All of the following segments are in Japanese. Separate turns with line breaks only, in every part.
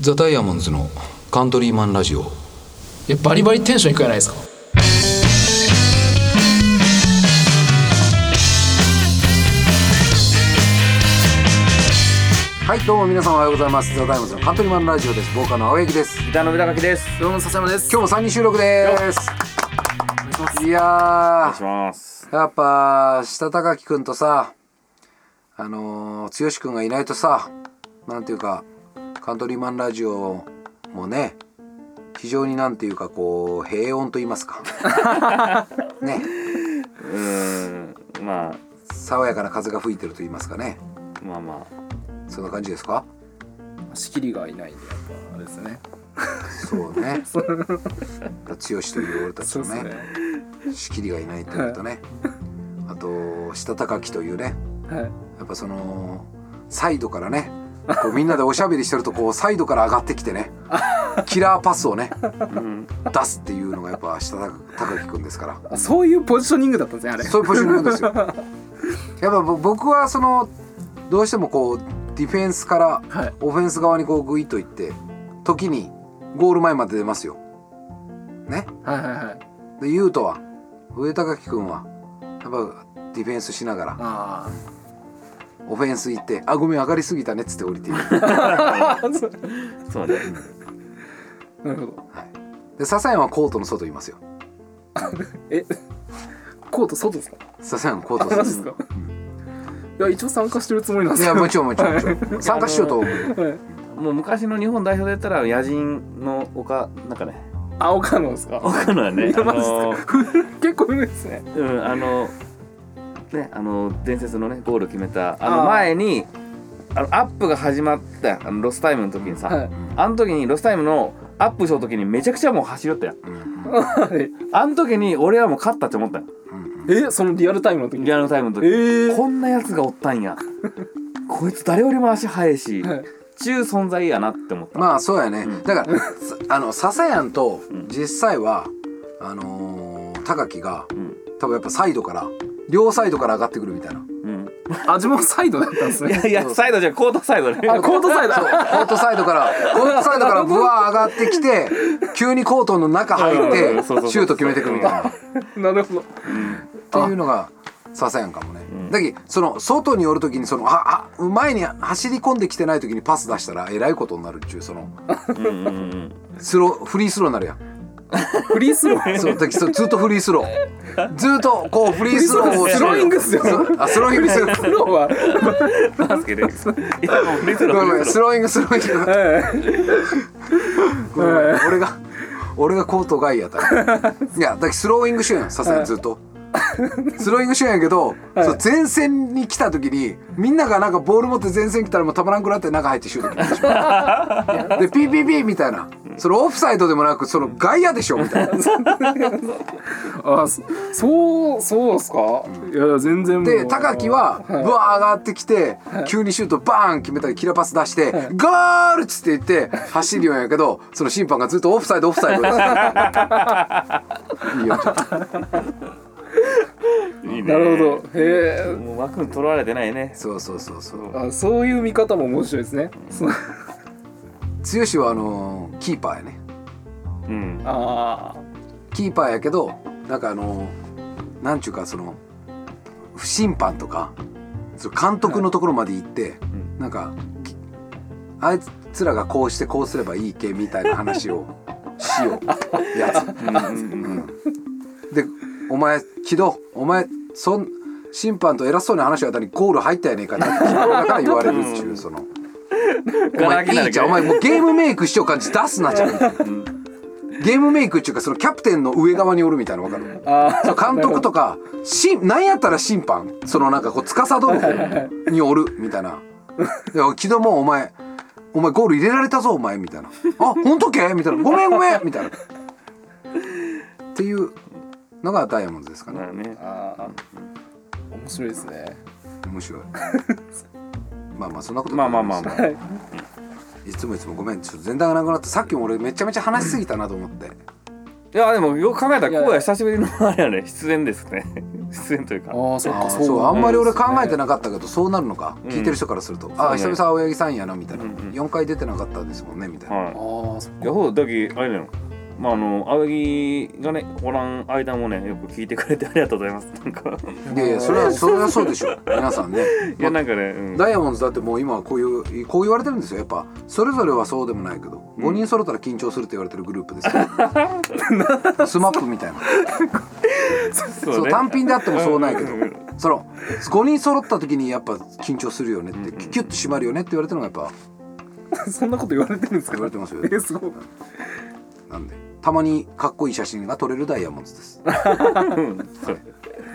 ザ・ダイヤモンズのカントリーマンラジオ
いやバリバリテンションいくじゃないですか
はいどうも皆さんおはようございますザ・タイムズのカントリーマンラジオですボーカルの青柳です
ギターの宇田垣です。
どうも笹山です
今日も三人収録ですいや
お願いします。
ーやっぱ下高木くんとさあのー、剛くんがいないとさなんていうかカントリーマンラジオもね非常になんていうかこう平穏と言います かね
うーん、まあ、
爽やかな風が吹いてると言いますかね
まあま
そんな感じですか
仕切りがいないんでやっぱあれですね
そう ね剛という俺たちの
そうで
ね仕切りがいないというとね、あとしたたかきというね
はい
やっぱそのサイドからねこうみんなでおしゃべりしてるとこ うサイドから上がってきてねキラーパスをね
あ、うん、
出すっていうのがやっぱしたたかきくんですから
あそういうポジショニングだったんですねあれ
そういうポジショニングです よやっぱぼ僕はそのどうしてもこうディフェンスから
はい
オフェンス側にこうグイッといって時にゴール前まで出ますよ。ね
はいはいはい
で優斗は上高木君はやっぱディフェンスしながら
あ
オフェンス行って「あごめん上がりすぎたね」っつって降りて いく、は
あ
そうね。
なるほど
い、で笹山はコートの外いますよ
えコート外ですか
笹山はコートの
マ
外
ジですかいや一応参加してるつもりなんで
い
す
や
けど
もちろんもちろんもち ろん参加しようと思う
はい
もう昔の日本代表で言ったら、野人の岡、なんかね。
あ岡野ですか
岡野は ね、
い
あ
やマジっす
の、
結構古いですね
うん、あの。ね、あの、伝説のね、ゴール決めた、あ
あ
の
ー
前に。あの、アップが始まった、あの、ロスタイムの時にさ。
はい
あの時にロスタイムのアップした時にめちゃくちゃもう走りよったよ
うん
はい
あの時に俺はもう勝ったって思ったよ
うん
えそのリアルタイムの時に
リアルタイムの時、
ええ
こんなやつがおったんやこいつ誰よりも足速いし、
はい
中存在やなって思った、
まあそうやね
ん
だからさあの笹山と
ん
実際はあのー高木が
うん
多分やっぱサイドから両サイドから上がってくるみたいな
うん、
味もサイドだったんです
い
ね
やいやサイドじゃコートサイドね
あコートサイド
そうコートサイド からコートサイドからブワー上がってきて急にコートの中入って
うんそうそうそう
シュート決めてくるみたいな。
なるほど
っていうのがささやんかもね、
ん
だけどその外に寄る時にそのああ前に走り込んできてない時にパス出したらえらいことになるっちゅうその
うんうんうん
スローフリースローになるやん
フリースロー
そうだけどそうずっとフリースローずっとこうフリースローを
スローイングっすよ
そうあスローイングする
プロ は、
うんバスケでいやもうフリースロ
ご
ー
めんごめ
フリ
ん
ー
ス
スロ
ローイングスローイング
え
ごめんごめん俺が俺がコート外やったらいやだけどスローイングしようやんささやんずっと。スローイングしようやんやけど、そう前線に来た時にみんながなんかボール持って前線来たらもうたまらんくなって中入ってシュート決めてで PPP みたいなそれオフサイドでもなくその外野でしょみたいな
あそそうそうっすか、いや全然もう
で高木はブワー上がってきて急にシュートバーン決めたりキラパス出して「ゴール!」っつって言って走るようやけどその審判がずっとオフサイドオフサイドですいいよちょっと
ーいいね
なるほどへ
もう枠に取られてないね
そうそうそうそう
えあそういう見方も面白いですねそ
剛はあのーキーパーやね
うん
あ
キーパーやけどなんかあのーなんちゅうかその不審判とかその監督のところまで行って、
ん
なんかきあいつらがこうしてこうすればいいけみたいな話をしようやつ。
うんうん
でお前木戸お前そん審判と偉そうな話した後にゴール入ったやねえかってだから言われるっちゅうその。
うん
お
ガラ
前
空きにな
い
いるけ
じゃんお
ど
前もうゲームメイクしよう感じ出すなじゃんゲームメイクっていうかそのキャプテンの上側におるみたいなの分かる
あ
そう監督とかし何やったら審判そのなんかこう司る方におるみたいな「いや木戸もお前お前ゴール入れられたぞお前」みたいな「あ本当け?」みたいな「ごめんごめん」みたいなっていうのがダイヤモンドですか
ま
ね
あね
あー面白いですね
面白いまあまあそんなこと
まあまあま あまあ
はい
いつもいつもごめんちょっと前段がなくなってさっきも俺めちゃめちゃ話しすぎたなと思って。
いやでもよく考えたらこうや久しぶりのあれやね出演ですね出演というか
ああそっ
あ
か
ー
そう
そうあんまり俺考えて
な
なかったけどそうなるのか、
うん
聞いてる人からすると「
そう
あ
ね
久々青柳さんやな」みたいな、
うんうん
4回出てなかったんですもんね」みたいな、
はい
ああそっ
いやほうだきあれだよまああの青柳がねおらん間もねよく聞いてくれてありがとうございます なんか
い、やいやそれはそれはそうでしょ皆さん ね
いやなんかね、うん、
ダイヤモンドズだってもう今はこういうこう言われてるんですよやっぱそれぞれはそうでもないけど
ん
5人揃ったら緊張するって言われてるグループ ですよ、スマップみたいな
そ
そう単品であってもそうないけど
んんうん
その5人揃った時にやっぱ緊張するよねってキュッと締まるよねって言われてるのがやっぱ
かそんなこと 言われてるんですか
言われてますよ
えすごい
なんでたまにかっこいい写真が撮れるダイヤモンドズです
そう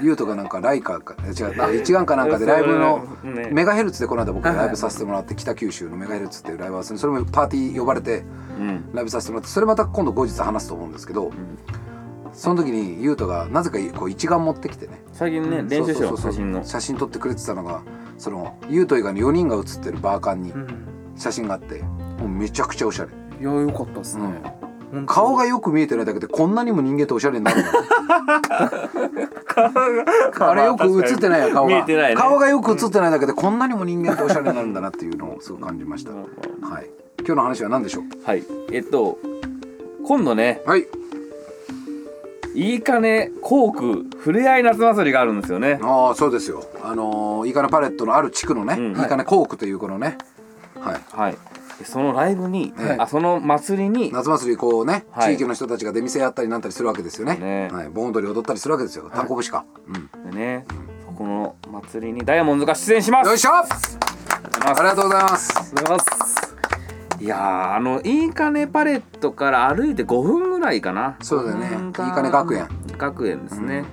ユウトがなんかライカかえ違うあ一眼かなんかでライブの
そうね
メガヘルツでこの間僕ライブさせてもらって北九州のメガヘルツっていうライブハウスにそれもパーティー呼ばれて
うん
ライブさせてもらってそれまた今度後日話すと思うんですけど
ん
その時にユウトがなぜかこう一眼持ってきてね
最近ね練習しよ
そう
う
そうそう
写真の
写真撮ってくれてたのがそのユウト以外の4人が写ってるバーカンに
うん
写真があってもうめちゃくちゃおしゃれ、
いやよかったです
うん
ね、本当に
顔がよく見えてないだけでこんなにも人間っておしゃれになるんだあれよく映ってないよ顔が
見えてないね
顔がよく映ってないだけでこんなにも人間っておしゃれになるんだなっていうのをすごく感じました、
うん
はい、今日の話は何でしょう
はいえっと今度ね
はい
いいかね航空ふれあい夏祭りがあるんですよね
ああそうですよあのー、イカナパレットのある地区のね、
うん
イカナコークというこのねはい
はいでそのライブに、
はい
あその祭りに
夏祭りこうね、
は
地
い
域の人たちが出店やったりなんたりするわけですよね
ね
はい、盆踊り踊ったりするわけですよタンコ節か、う
でねそこの祭りにダイヤモンドが出演しま
ん、よい
す
しょありがとうございます
ありがとうございます
いやーあのいいかねパレットから歩いて5分ぐらいかな
そうだよね
5分間
いいかね学園
学園ですね、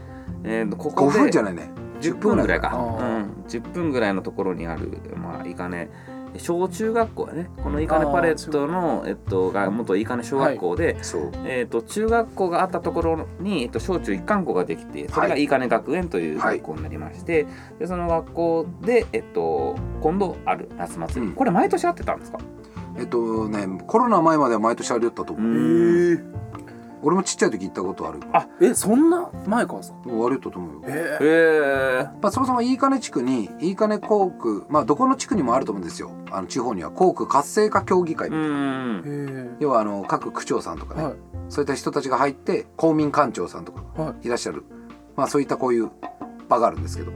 えーとここ
5
で
分じゃないね
10分ぐらいか、
あー
うん、10分ぐらいのところにある、まあ、いかね小中学校やねこのいかねパレットの、えっと、が元いかね小学校で、
そう
えっと中学校があったところに、えっと、小中一貫校ができてそれが
はい
いいかね学園という
はい
学校になりまして、でその学校で、えっと、今度ある夏祭り、
うん
これ毎年やってたんですか
えっとねコロナ前までは毎年あれだったと思う、
うん
俺もちっちゃい時行ったことある
あ
えそんな前からですか
もう悪いと思うよ、
え
へえ
まあ、そもそも飯金地区に飯金工区まあどこの地区にもあると思うんですよあの地方には工区活性化協議会、
うん
え
要はあの各区長さんとかね、
はい
そういった人たちが入って公民館長さんとか
はい
らっしゃる、まあそういったこういう場があるんですけど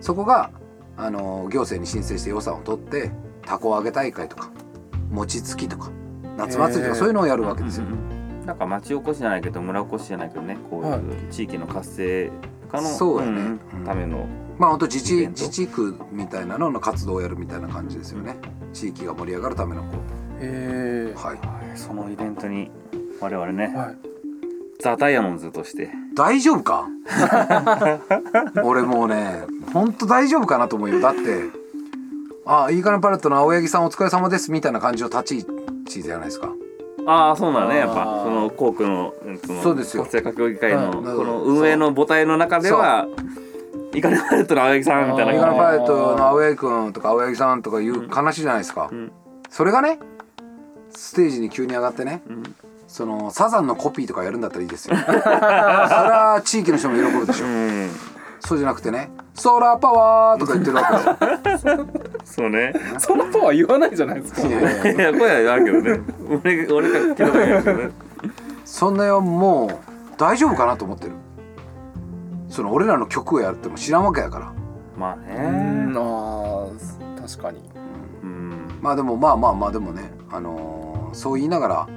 そこがあの行政に申請して予算を取ってたこ揚げ大会とか餅つきとか夏祭りと
へえ
かそういうのをやるわけですよ、
うんうんうんなんか町おこしじゃないけど村おこしじゃないけどねこう
はい
いう地域の活性化の、
そうやね
ん
うん
ための
まあ本当自
イベ
治
ント
自治区みたいなのの活動をやるみたいな感じですよね地域が盛り上がるためのこ
え
うはい
はいそのイベントに我々ね、
はい
ザ・ダイヤモンドズとして
大丈夫か 俺もうね本当大丈夫かなと思うよだってあいいかなパレットの青柳さんお疲れ様ですみたいな感じの立ち位置じゃないですか
ああそうなのねやっ
あ
ぱ
ー
その航空のその
そうですよ
活性化協議会の、
はい
なるほど
この運営の母体の中ではイカネパレットの青柳さんみたい
あ
な
い
ー
い
イ
か
カ
な
ネ
パレットの青柳くんとか青柳さんとかいう話じゃないですか、
うん
それがねステージに急に上がってね
うん
そのサザンのコピーとかやるんだったらいいですよ それは地域の人も喜ぶでしょ
うん
そうじゃなくてね「ソーラーパワー」とか言ってるわけ ですよ
そうね
そのパワー言わないじゃないですか
いやいやいや
いや声はあるけどね俺が俺が聞いたことないけど ね
そんなよもう大丈夫かなと思ってるその俺らの曲をやっても知らんわけやから
まあ
う
ね
んあー確かに
うん
まあでもまあまあまあでもね、あのーそう言いながら、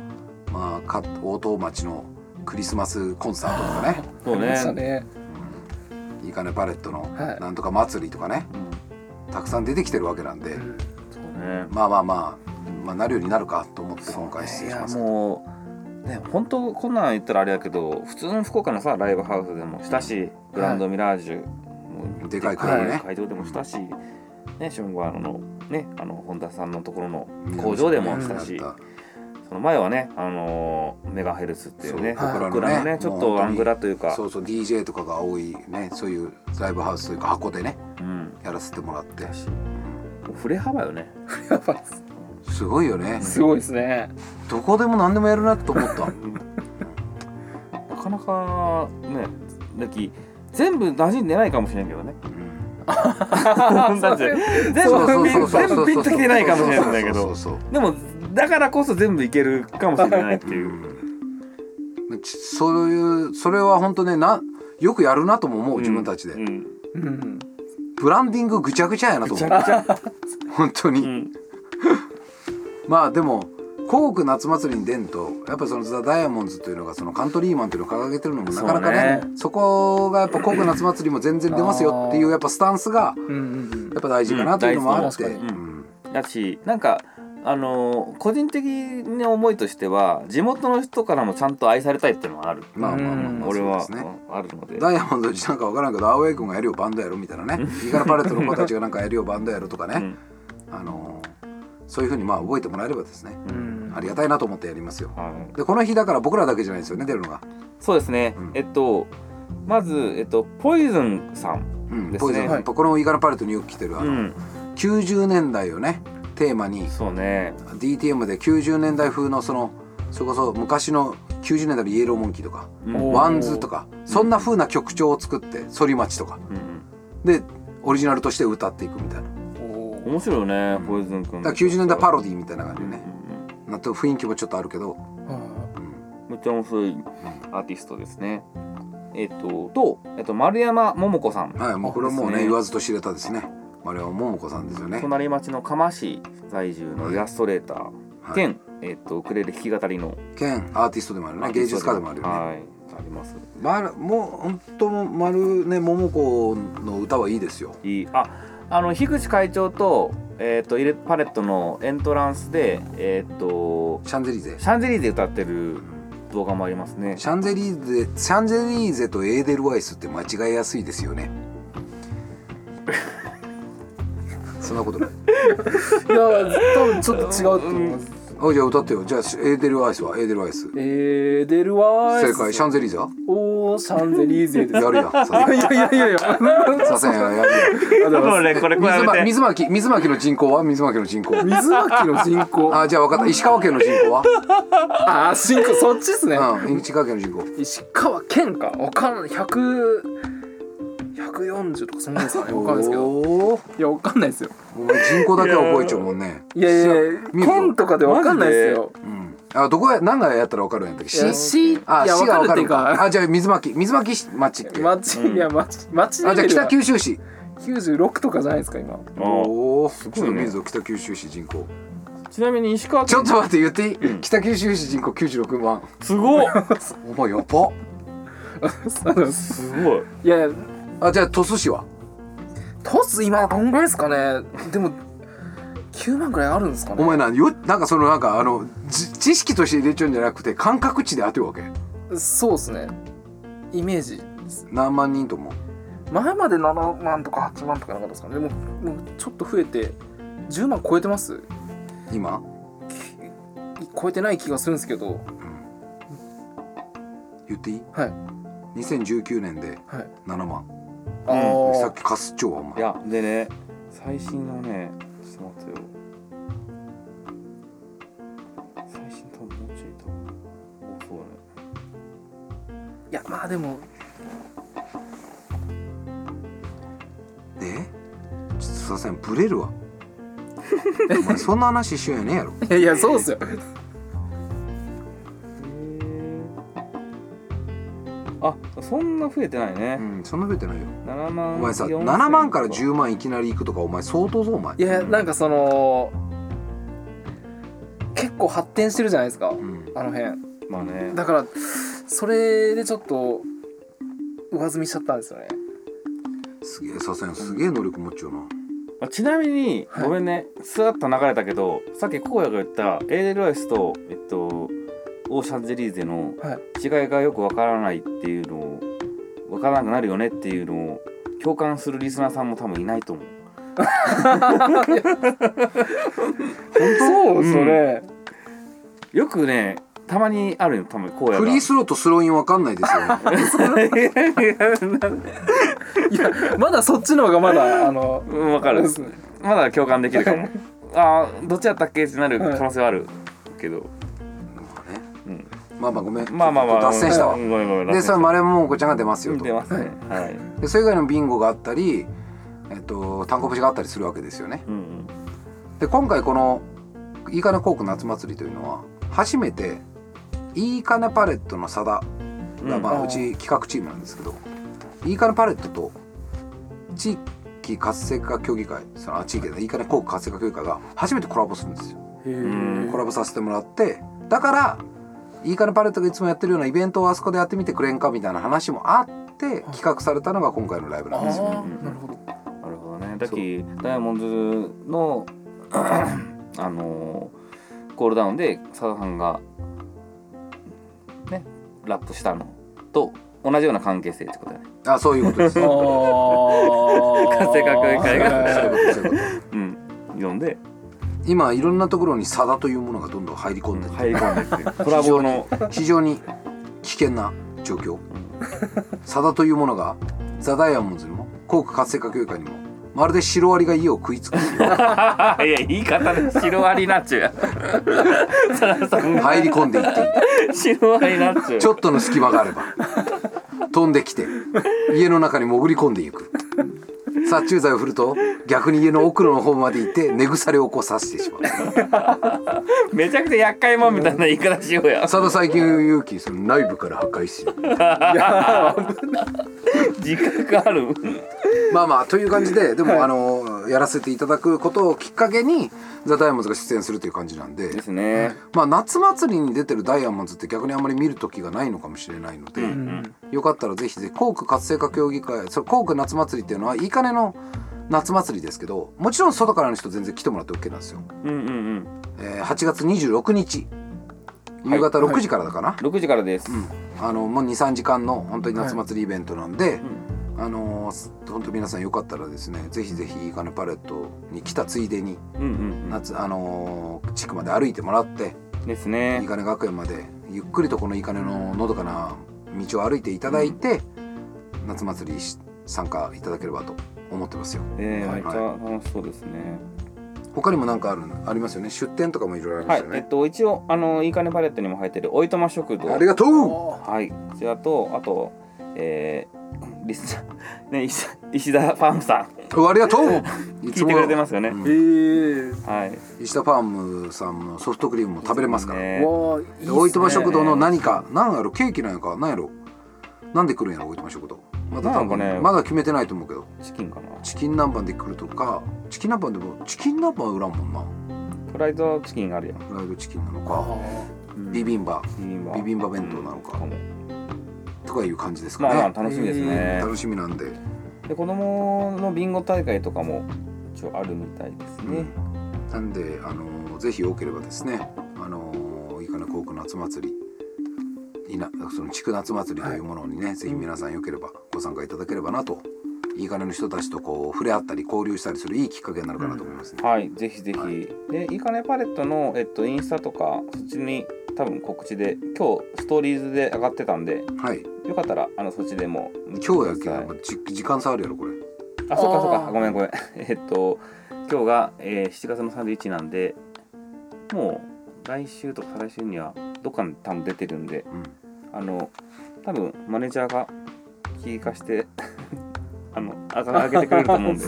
まあ、か大東町のクリスマスコンサートとかね
そう
ありました
ね
ね
いいかねパレットの
はい
なんとか祭りとかね
うん
たくさん出てきてるわけなんで
そうね
まあまあまあ、まあ、なるようになるかと思って今回失
い
礼し
や
ます
もうね本当こんなん言ったらあれやけど普通の福岡のさライブハウスでもしたしグランドミラージュ、もう
でかい
でか
会場ね
会場でもしたし、ね、ションバーのねあの本田さんのところの工場でもしたし、
やった
その前はねあのーメガヘルスっていうね
そう
僕
僕
ら
ら
の
のね
ねちょ
も
っ
う本当
と
に
アングラというか
そうそう DJ とかが多いねそういうライブハウスというか箱でね
うん
やらせてもらって
だしもう振れ幅よね
やばいっす
すごいよね
すごいで すね
どこでも何でもやる なと思った。
なかなかねだき全部馴染んでないかもしれんけどねだって全
そう
部
そう
ピ
そう
ン
そう
全部ピンときてないかもしれないんだけ
そ
ど
うそうそう
でもだからこそ全部いけるかもしれないっていう
そうちそういうそれは本当ねなよくやるなとも思う自分たちで、
うん
うん
ブランディングぐちゃぐちゃやなと思う本当に、
うん
まあでも広告夏祭りに出んとやっぱそのザ・ダイヤモンズというのがそのカントリーマンというのを掲げてるのもなかなかね
そ
そこがやっぱ広告夏祭りも全然出ますよっていうやっぱスタンスが
うんうん
やっぱ大事かなというのもあって、
う
うん
大事だね
ん
だしなんかあのー個人的な思いとしては地元の人からもちゃんと愛されたいっていうのはある、
まあまあまあ
うん
まあ
俺
そうで
は、
すね
あるので
ダイヤモンドなんかわからんけどアウェイ君がやるよバンドやろみたいなねイガラパレットの子たちがなんかやるよバンドやろとか
う
ね、
ん
あのそういうふうにまあ覚えてもらえればですね
う
うん
ん
ありがたいなと思ってやりますよ
はい
でこの日だから僕らだけじゃないんですよね出るのが、
そうですね、
うん
えっとまず、えっと、ポイズンさん、
うん
です
ポ
ね
イズン
はい
このイガラパレットによく来てるあ
う
の、
ん、
90年代をねテーマに
そうね
DTM で90年代風のそのそれこそ昔の90年代のイエローモンキーとか
うん
おー
ワンズとかそんな風な曲調を作って反町とか
うん
でオリジナルとして歌っていくみたいな
おー
面白いよねポイズン君
だから90年代パ
ロ
ロディみたいな感じでね
ね
なんと雰囲気もちょっとあるけど、
は
うん
めっちゃ面白いアーティストですねえっとと、えっと、丸山桃子さん、
はいもうこれはもう
です
ね
ね
言わずと知れたですね我々は桃子さんですよね
隣町の釜市在住のイラストレーター、
はい
兼、えっと、ウクレレ弾き語りの
兼アーティストでもあるね芸術家でもあるよね、
はいあります
まあ、もう本当丸ね桃子の歌はいいですよ
いいああの樋口会長と,、えっとイレパレットのエントランスで、えっと
シャンゼリゼ
シャンゼリーゼ歌ってる動画もありますね
シャンゼリーゼシャンゼリーゼとエーデルワイスって間違いやすいですよね。 そんなことない。
あいや多分ちょっと違うと思います
あじゃあ歌ってよ。じゃあエーデルワイスはエーデルワイス。
えー、デルワイ
正
ス
解シャンゼリーゼは。
おーシャンゼリーゼです
やるや ん。さすが
いやいやいやいや
さすがややる
これこれこれ
やん。水
や
ま
め
水巻
て
水巻の人口は水巻の人口。
水巻の人口
あじゃあ分かった。石川県の人口
ああ人口そっちっすね、
は。うん石川県の人口。
石川県かわかんない100 140とかそんなんですかねわかんないですけど
おー
いやわかんないですよ
お前人口だけは覚えちゃうもんね。
いやいやいや
見るぞ
県とかでわかんないですよ
うん。あどこや何がやったら分かるんやったっけ。
いや
し
市い
あ
や
市
わ
が
か
分
る
か
って
る
い
ん
う
か。
か
あじゃあ水巻水巻市町って。
町いや町
あ
町
じゃあ
レベル
北
が
九州市。
96とかじゃないですか今
あ
おお、ちょ
ごい
っと
ね
見るぞ北九州市人口。
ちなみに石川
ちょ
県
っと待って言っていい、北九州市人口九十六万。
すごい
お前やっば。
あの
すごい
いやいや
あじゃあ鳥栖市は。
トス今どんぐらいですかねでも9万ぐらいあるんですかね
お前なんよなんかそのなんかあのじ知識として入れちゃうんじゃなくて感覚値で当てるわけ。
そうっすねイメージ
何万人と思う。
前まで7万とか8万とかなかったですかねでももうちょっと増えて10万超えてます
今。
い超えてない気がするんですけど
言っていい？
はい
二千十九年で
はい
七万。
あー
さっきカスチョはお
い
前。
やでね最新のねちょっと待ってよ最新多分もうちょいとおそうだね
いやまあでも
で、ちょっとさすがにブレるわ。お前そんな話しようやねえやろ。
いやいやそうっすよ
あそんな増えてないうね、
ん、そんな増えてないよ。
7
お
万
前さ、
4
7万から10万いきなり行くとかお前相当ぞお前
い。やなんかその結構発展してるじゃないですか
うん。
あの辺
まあね
だからそれでちょっと上積みしちゃったんですよね
すげえ笹山すげえ能力持っちゃうな
あちなみに、
はい
ごめんねスラッと流れたけどさっきコウヤが言ったエーデルワイスとえっとオーシャンゼリーゼの
はい
違いがよくわからないっていうのをわからなくなるよねっていうのを共感するリスナーさんも多分いないと思う
そうう
そ
それ、
よくねたまにあるよ多分コウヤ
フ
が
リースローとスローインわかんないですよね
いやまだそっちの方がまだあの
うんわか
あれ
る
ですね
まだ共感できるかもあーどっちやったっけってなる可能性はあるけど、
なんかね
うん
まあまあごめん
まあまあまあ
ちょっと脱線したわ
うんごめんごめん
でそれ
ま
丸山桃子ちゃんが出ますよと
出ますねはい
でそれ以外のビンゴがあったりえっと単行節があったりするわけですよね
うんうん
で今回この「いいかね航空夏祭り」というのは初めて「いいかねパレット」の差だが、ま
あ
あ、
ー
うち企画チームなんですけど「いいかねパレット」と地域活性化協議会そのあ地域でいいかね航空活性化協議会が初めてコラボするんですよ。
へ
ん
え
コラボさせてもらってだからいいかねパレットがいつもやってるようなイベントをあそこでやってみてくれんかみたいな話もあって企画されたのが今回のライブ
あ
なんですよ。
あなるほど
なるほどねだきダイヤモンズの あのーコールダウンでさださんがねラップしたのと同じような関係性ってことだね
あそういうことです。 そういう
ああ
活性化協議会
ことですそういうこと
うん読んで
今いろんなところに差だというものがどんどん入り込んでて
入り込 んでってコラボの
非常に危険な状況サダというものがザ・ダイヤモンズにも航空活性化協会にもまるでシロアリが家を食いつく
いや言い方でシロアリナッチ ュさださんが
入り込んでいっている
シロアリナッチュ
ちょっとの隙間があれば飛んできて家の中に潜り込んでいく殺虫剤を振ると逆に家の奥の方まで行って根腐れをこうさしてしまう
めちゃくちゃ厄介もんみたいな言い方しようや
サダ最近勇気その内部から破壊し
自覚ある
まあまあという感じででも、あのやらせていただくことをきっかけに「ザ・ダイヤモンズが出演するという感じなんで
ですね
まあ夏祭りに出てるダイヤモンズって逆にあんまり見る時がないのかもしれないので、
うん
よかったらぜひぜひ航空活性化協議会それ航空夏祭りっていうのはいいかねの夏祭りですけどもちろん外からの人全然来てもらって OK なんですよ、
うんうんうん
えー8月26日夕方6時からだかな、
6時からです、
あのもう23時間の本当に夏祭りイベントなんで、
うん
あのー本当皆さんよかったらですねぜひぜひいいかねパレットに来たついでに
うんうんうん
夏、あのー地区まで歩いてもらって
です
いい
ね。
かね学園までゆっくりとこのいいかねののどかな道を歩いていただいて、夏祭りし参加いただければと思ってますよ
えー、
は
め
い
っちゃ楽しそうですね。
他にも何かあるのありますよね出店とかもいろいろありま
は
す
い
よ、
えっ
ね、
と一応あのいいかねパレットにも入ってるおいとま食堂。
ありがとう
あ
はい、こちらとあと、えー、リス ね石田石田ファームさん
ありがとうい
聞いてくれてますよね。
うん
ーへえ
はい。
石田ファームさんのソフトクリームも食べれますから、
ね
わあいいっす
で
ね
大鳥羽食堂の何か何やろケーキなんやか何やろなんで来るんやろ大鳥羽食堂まだ多分、
なんかね
まだ決めてないと思うけど
チキンかな。
チキン南蛮で来るとかチキン南蛮でもチキン南蛮は売らんもんな
フライドチキンがあるやん。
フライドチキンなの
あ
か
うん
ビビンバ
ビビンバ
ビビンバ弁当なのか
うんも
とかいう感じです
ま
か
あ
ね、
まあ楽しみですね。
楽しみなんで
で子供のビンゴ大会とかも一応あるみたいですね。
なんであのぜひよければですねあのいいかな航空夏祭りいなその地区夏祭りというものにね、ぜひ皆さんよければご参加いただければなといいかねの人たちとこう触れ合ったり交流したりするいいきっかけになるかなと思いますね、
はい、ぜひぜひ。
は
で、いいかねパレットの、えっと、インスタとか、そっちに多分告知で、今日ストーリーズで上がってたんで、
はい
よかったら、あの、そっちでも見て
今
く
日
だ
やけど
さ
や
い
っぱじ時間差あるやろこれ
あ、そっかそっ
あ
か、
ー
ごめんご めん。えっと、今日が、えー7月の31なんで、もう、来週とか再来週には、どっかに多分出てるんで、
うん
あの、多分マネージャーが、聞かして、 あの、あ上げてくれると 思うんで。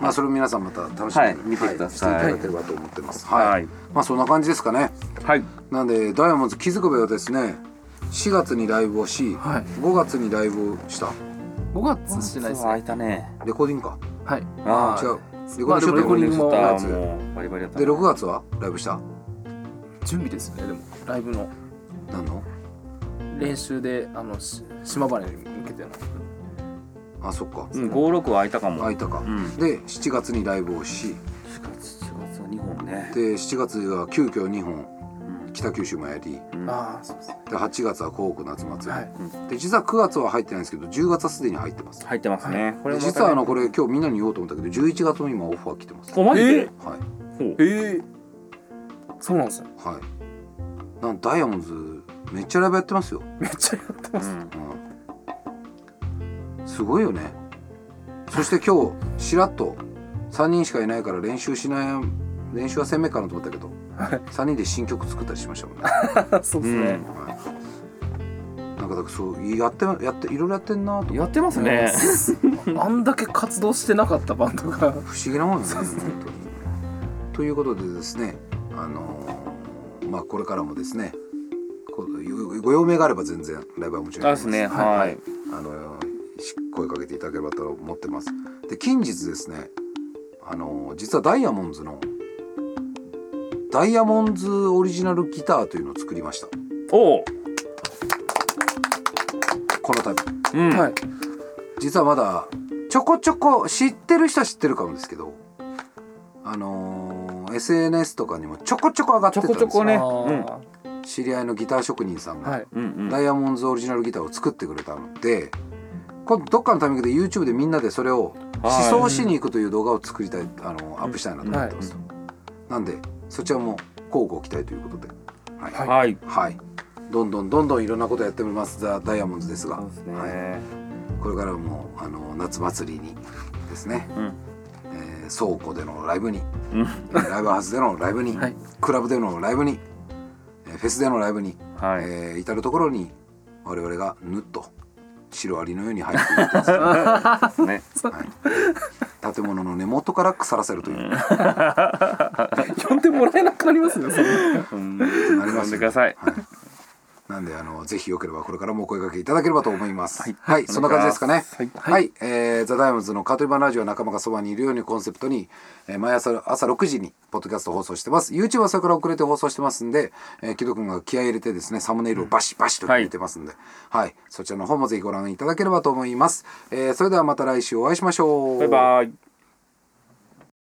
まあそれを皆さんまた楽し
はい
みに
見てください
はいしていただければと思ってますはい、
い。
まあそんな感じですかね
はい。
なんでダイヤモンド気づくべはですね4月にライブをし、
はい
5月にライブをした
5月してないですね
開いたね。
レコーディングか
はい
あ
違
ー
うレ
まあでもレコーディングも
レ
や
コ
つ
ーディングもうバリバリだった
で6月はライブした
準備ですねでもライブの
何の
練習であのし島原に向けての
あそっか
うん、56は空いたかも。
空いたか、
ん
で7月にライブをし
4月、4月は2本ね。
で7月は急遽2本北九州もやり
うん
ああそうですね
で8月は紅白夏祭り、
はい
で実は9月は入ってないんですけど10月はすでに入ってます
入ってますね。こ
で
もまたね
実はあのこれ今日みんなに言おうと思ったけど11月も今オファー来てますは
おマジで
い
ほう
ええそうなんですよ
はいなんダイヤモンズめっちゃライブやってますよ、
めっちゃやってます
うん
うん、すごいよねそして今日しらっと3人しかいないから練習しない練習はせんめえかなと思ったけど3人で新曲作ったりしましたもんね、
そうですね。
はいなんかだからそうやってやっていろいろやってんなと
やってますね。
あんだけ活動してなかったバンドが。
不思議なもんよね本当にということでですねあのーまあこれからもですねこうご用命があれば全然ライブはもちろん
あ
や
で
ります
ね。はい。
あのし声かけていただければと思ってます。で近日ですねあの実はダイヤモンズのダイヤモンズオリジナルギターというのを作りました
おお。
この度
うん。
はい。
実はまだちょこちょこ知ってる人は知ってるかもですけどあのー SNS とかにもちょこちょこ上がってたんですよ
ちょこちょこね
あー
知り合いのギター職人さんが、
はい。
うんうん。
ダイヤモンズオリジナルギターを作ってくれたので今度どっかのタイミングで YouTube でみんなでそれを思
はい
想しに行くという動画を作りたいあのアップしたいなと思ってますと、なんでそちらも交互期待ということではい、はい
はい。
どんどんどんどんいろんなことやっておりますザ・ダイヤモンズですが
そうですね。
はい、これからもあの夏祭りにですね、
うん
えー倉庫でのライブに、
うん
えーライブハウスでのライブに、
はい
クラブでのライブに、えーフェスでのライブに
はい。
えー至る所に我々がぬっとシロアリのように入っていってます、
ですね。
はい、建物の根元から腐らせるという、
呼んでもらえなくなりますね。それ
うん。
なり
飲
ま
ん
す
で
よ
ください。
なんであのぜひよければこれからもお声掛けいただければと思いますはい、
はい
そんな感じですかね
はい
はい、えーザ・ダイヤモンズのカートリバンラジオは仲間がそばにいるようにコンセプトに、えー毎朝朝6時にポッドキャスト放送してます YouTube はそれから遅れて放送してますんで、えー、木戸君が気合い入れてですねサムネイルをバシバシと入れてますんで、はいそちらの方もぜひご覧いただければと思います、えーそれではまた来週お会いしましょう
バイバイ。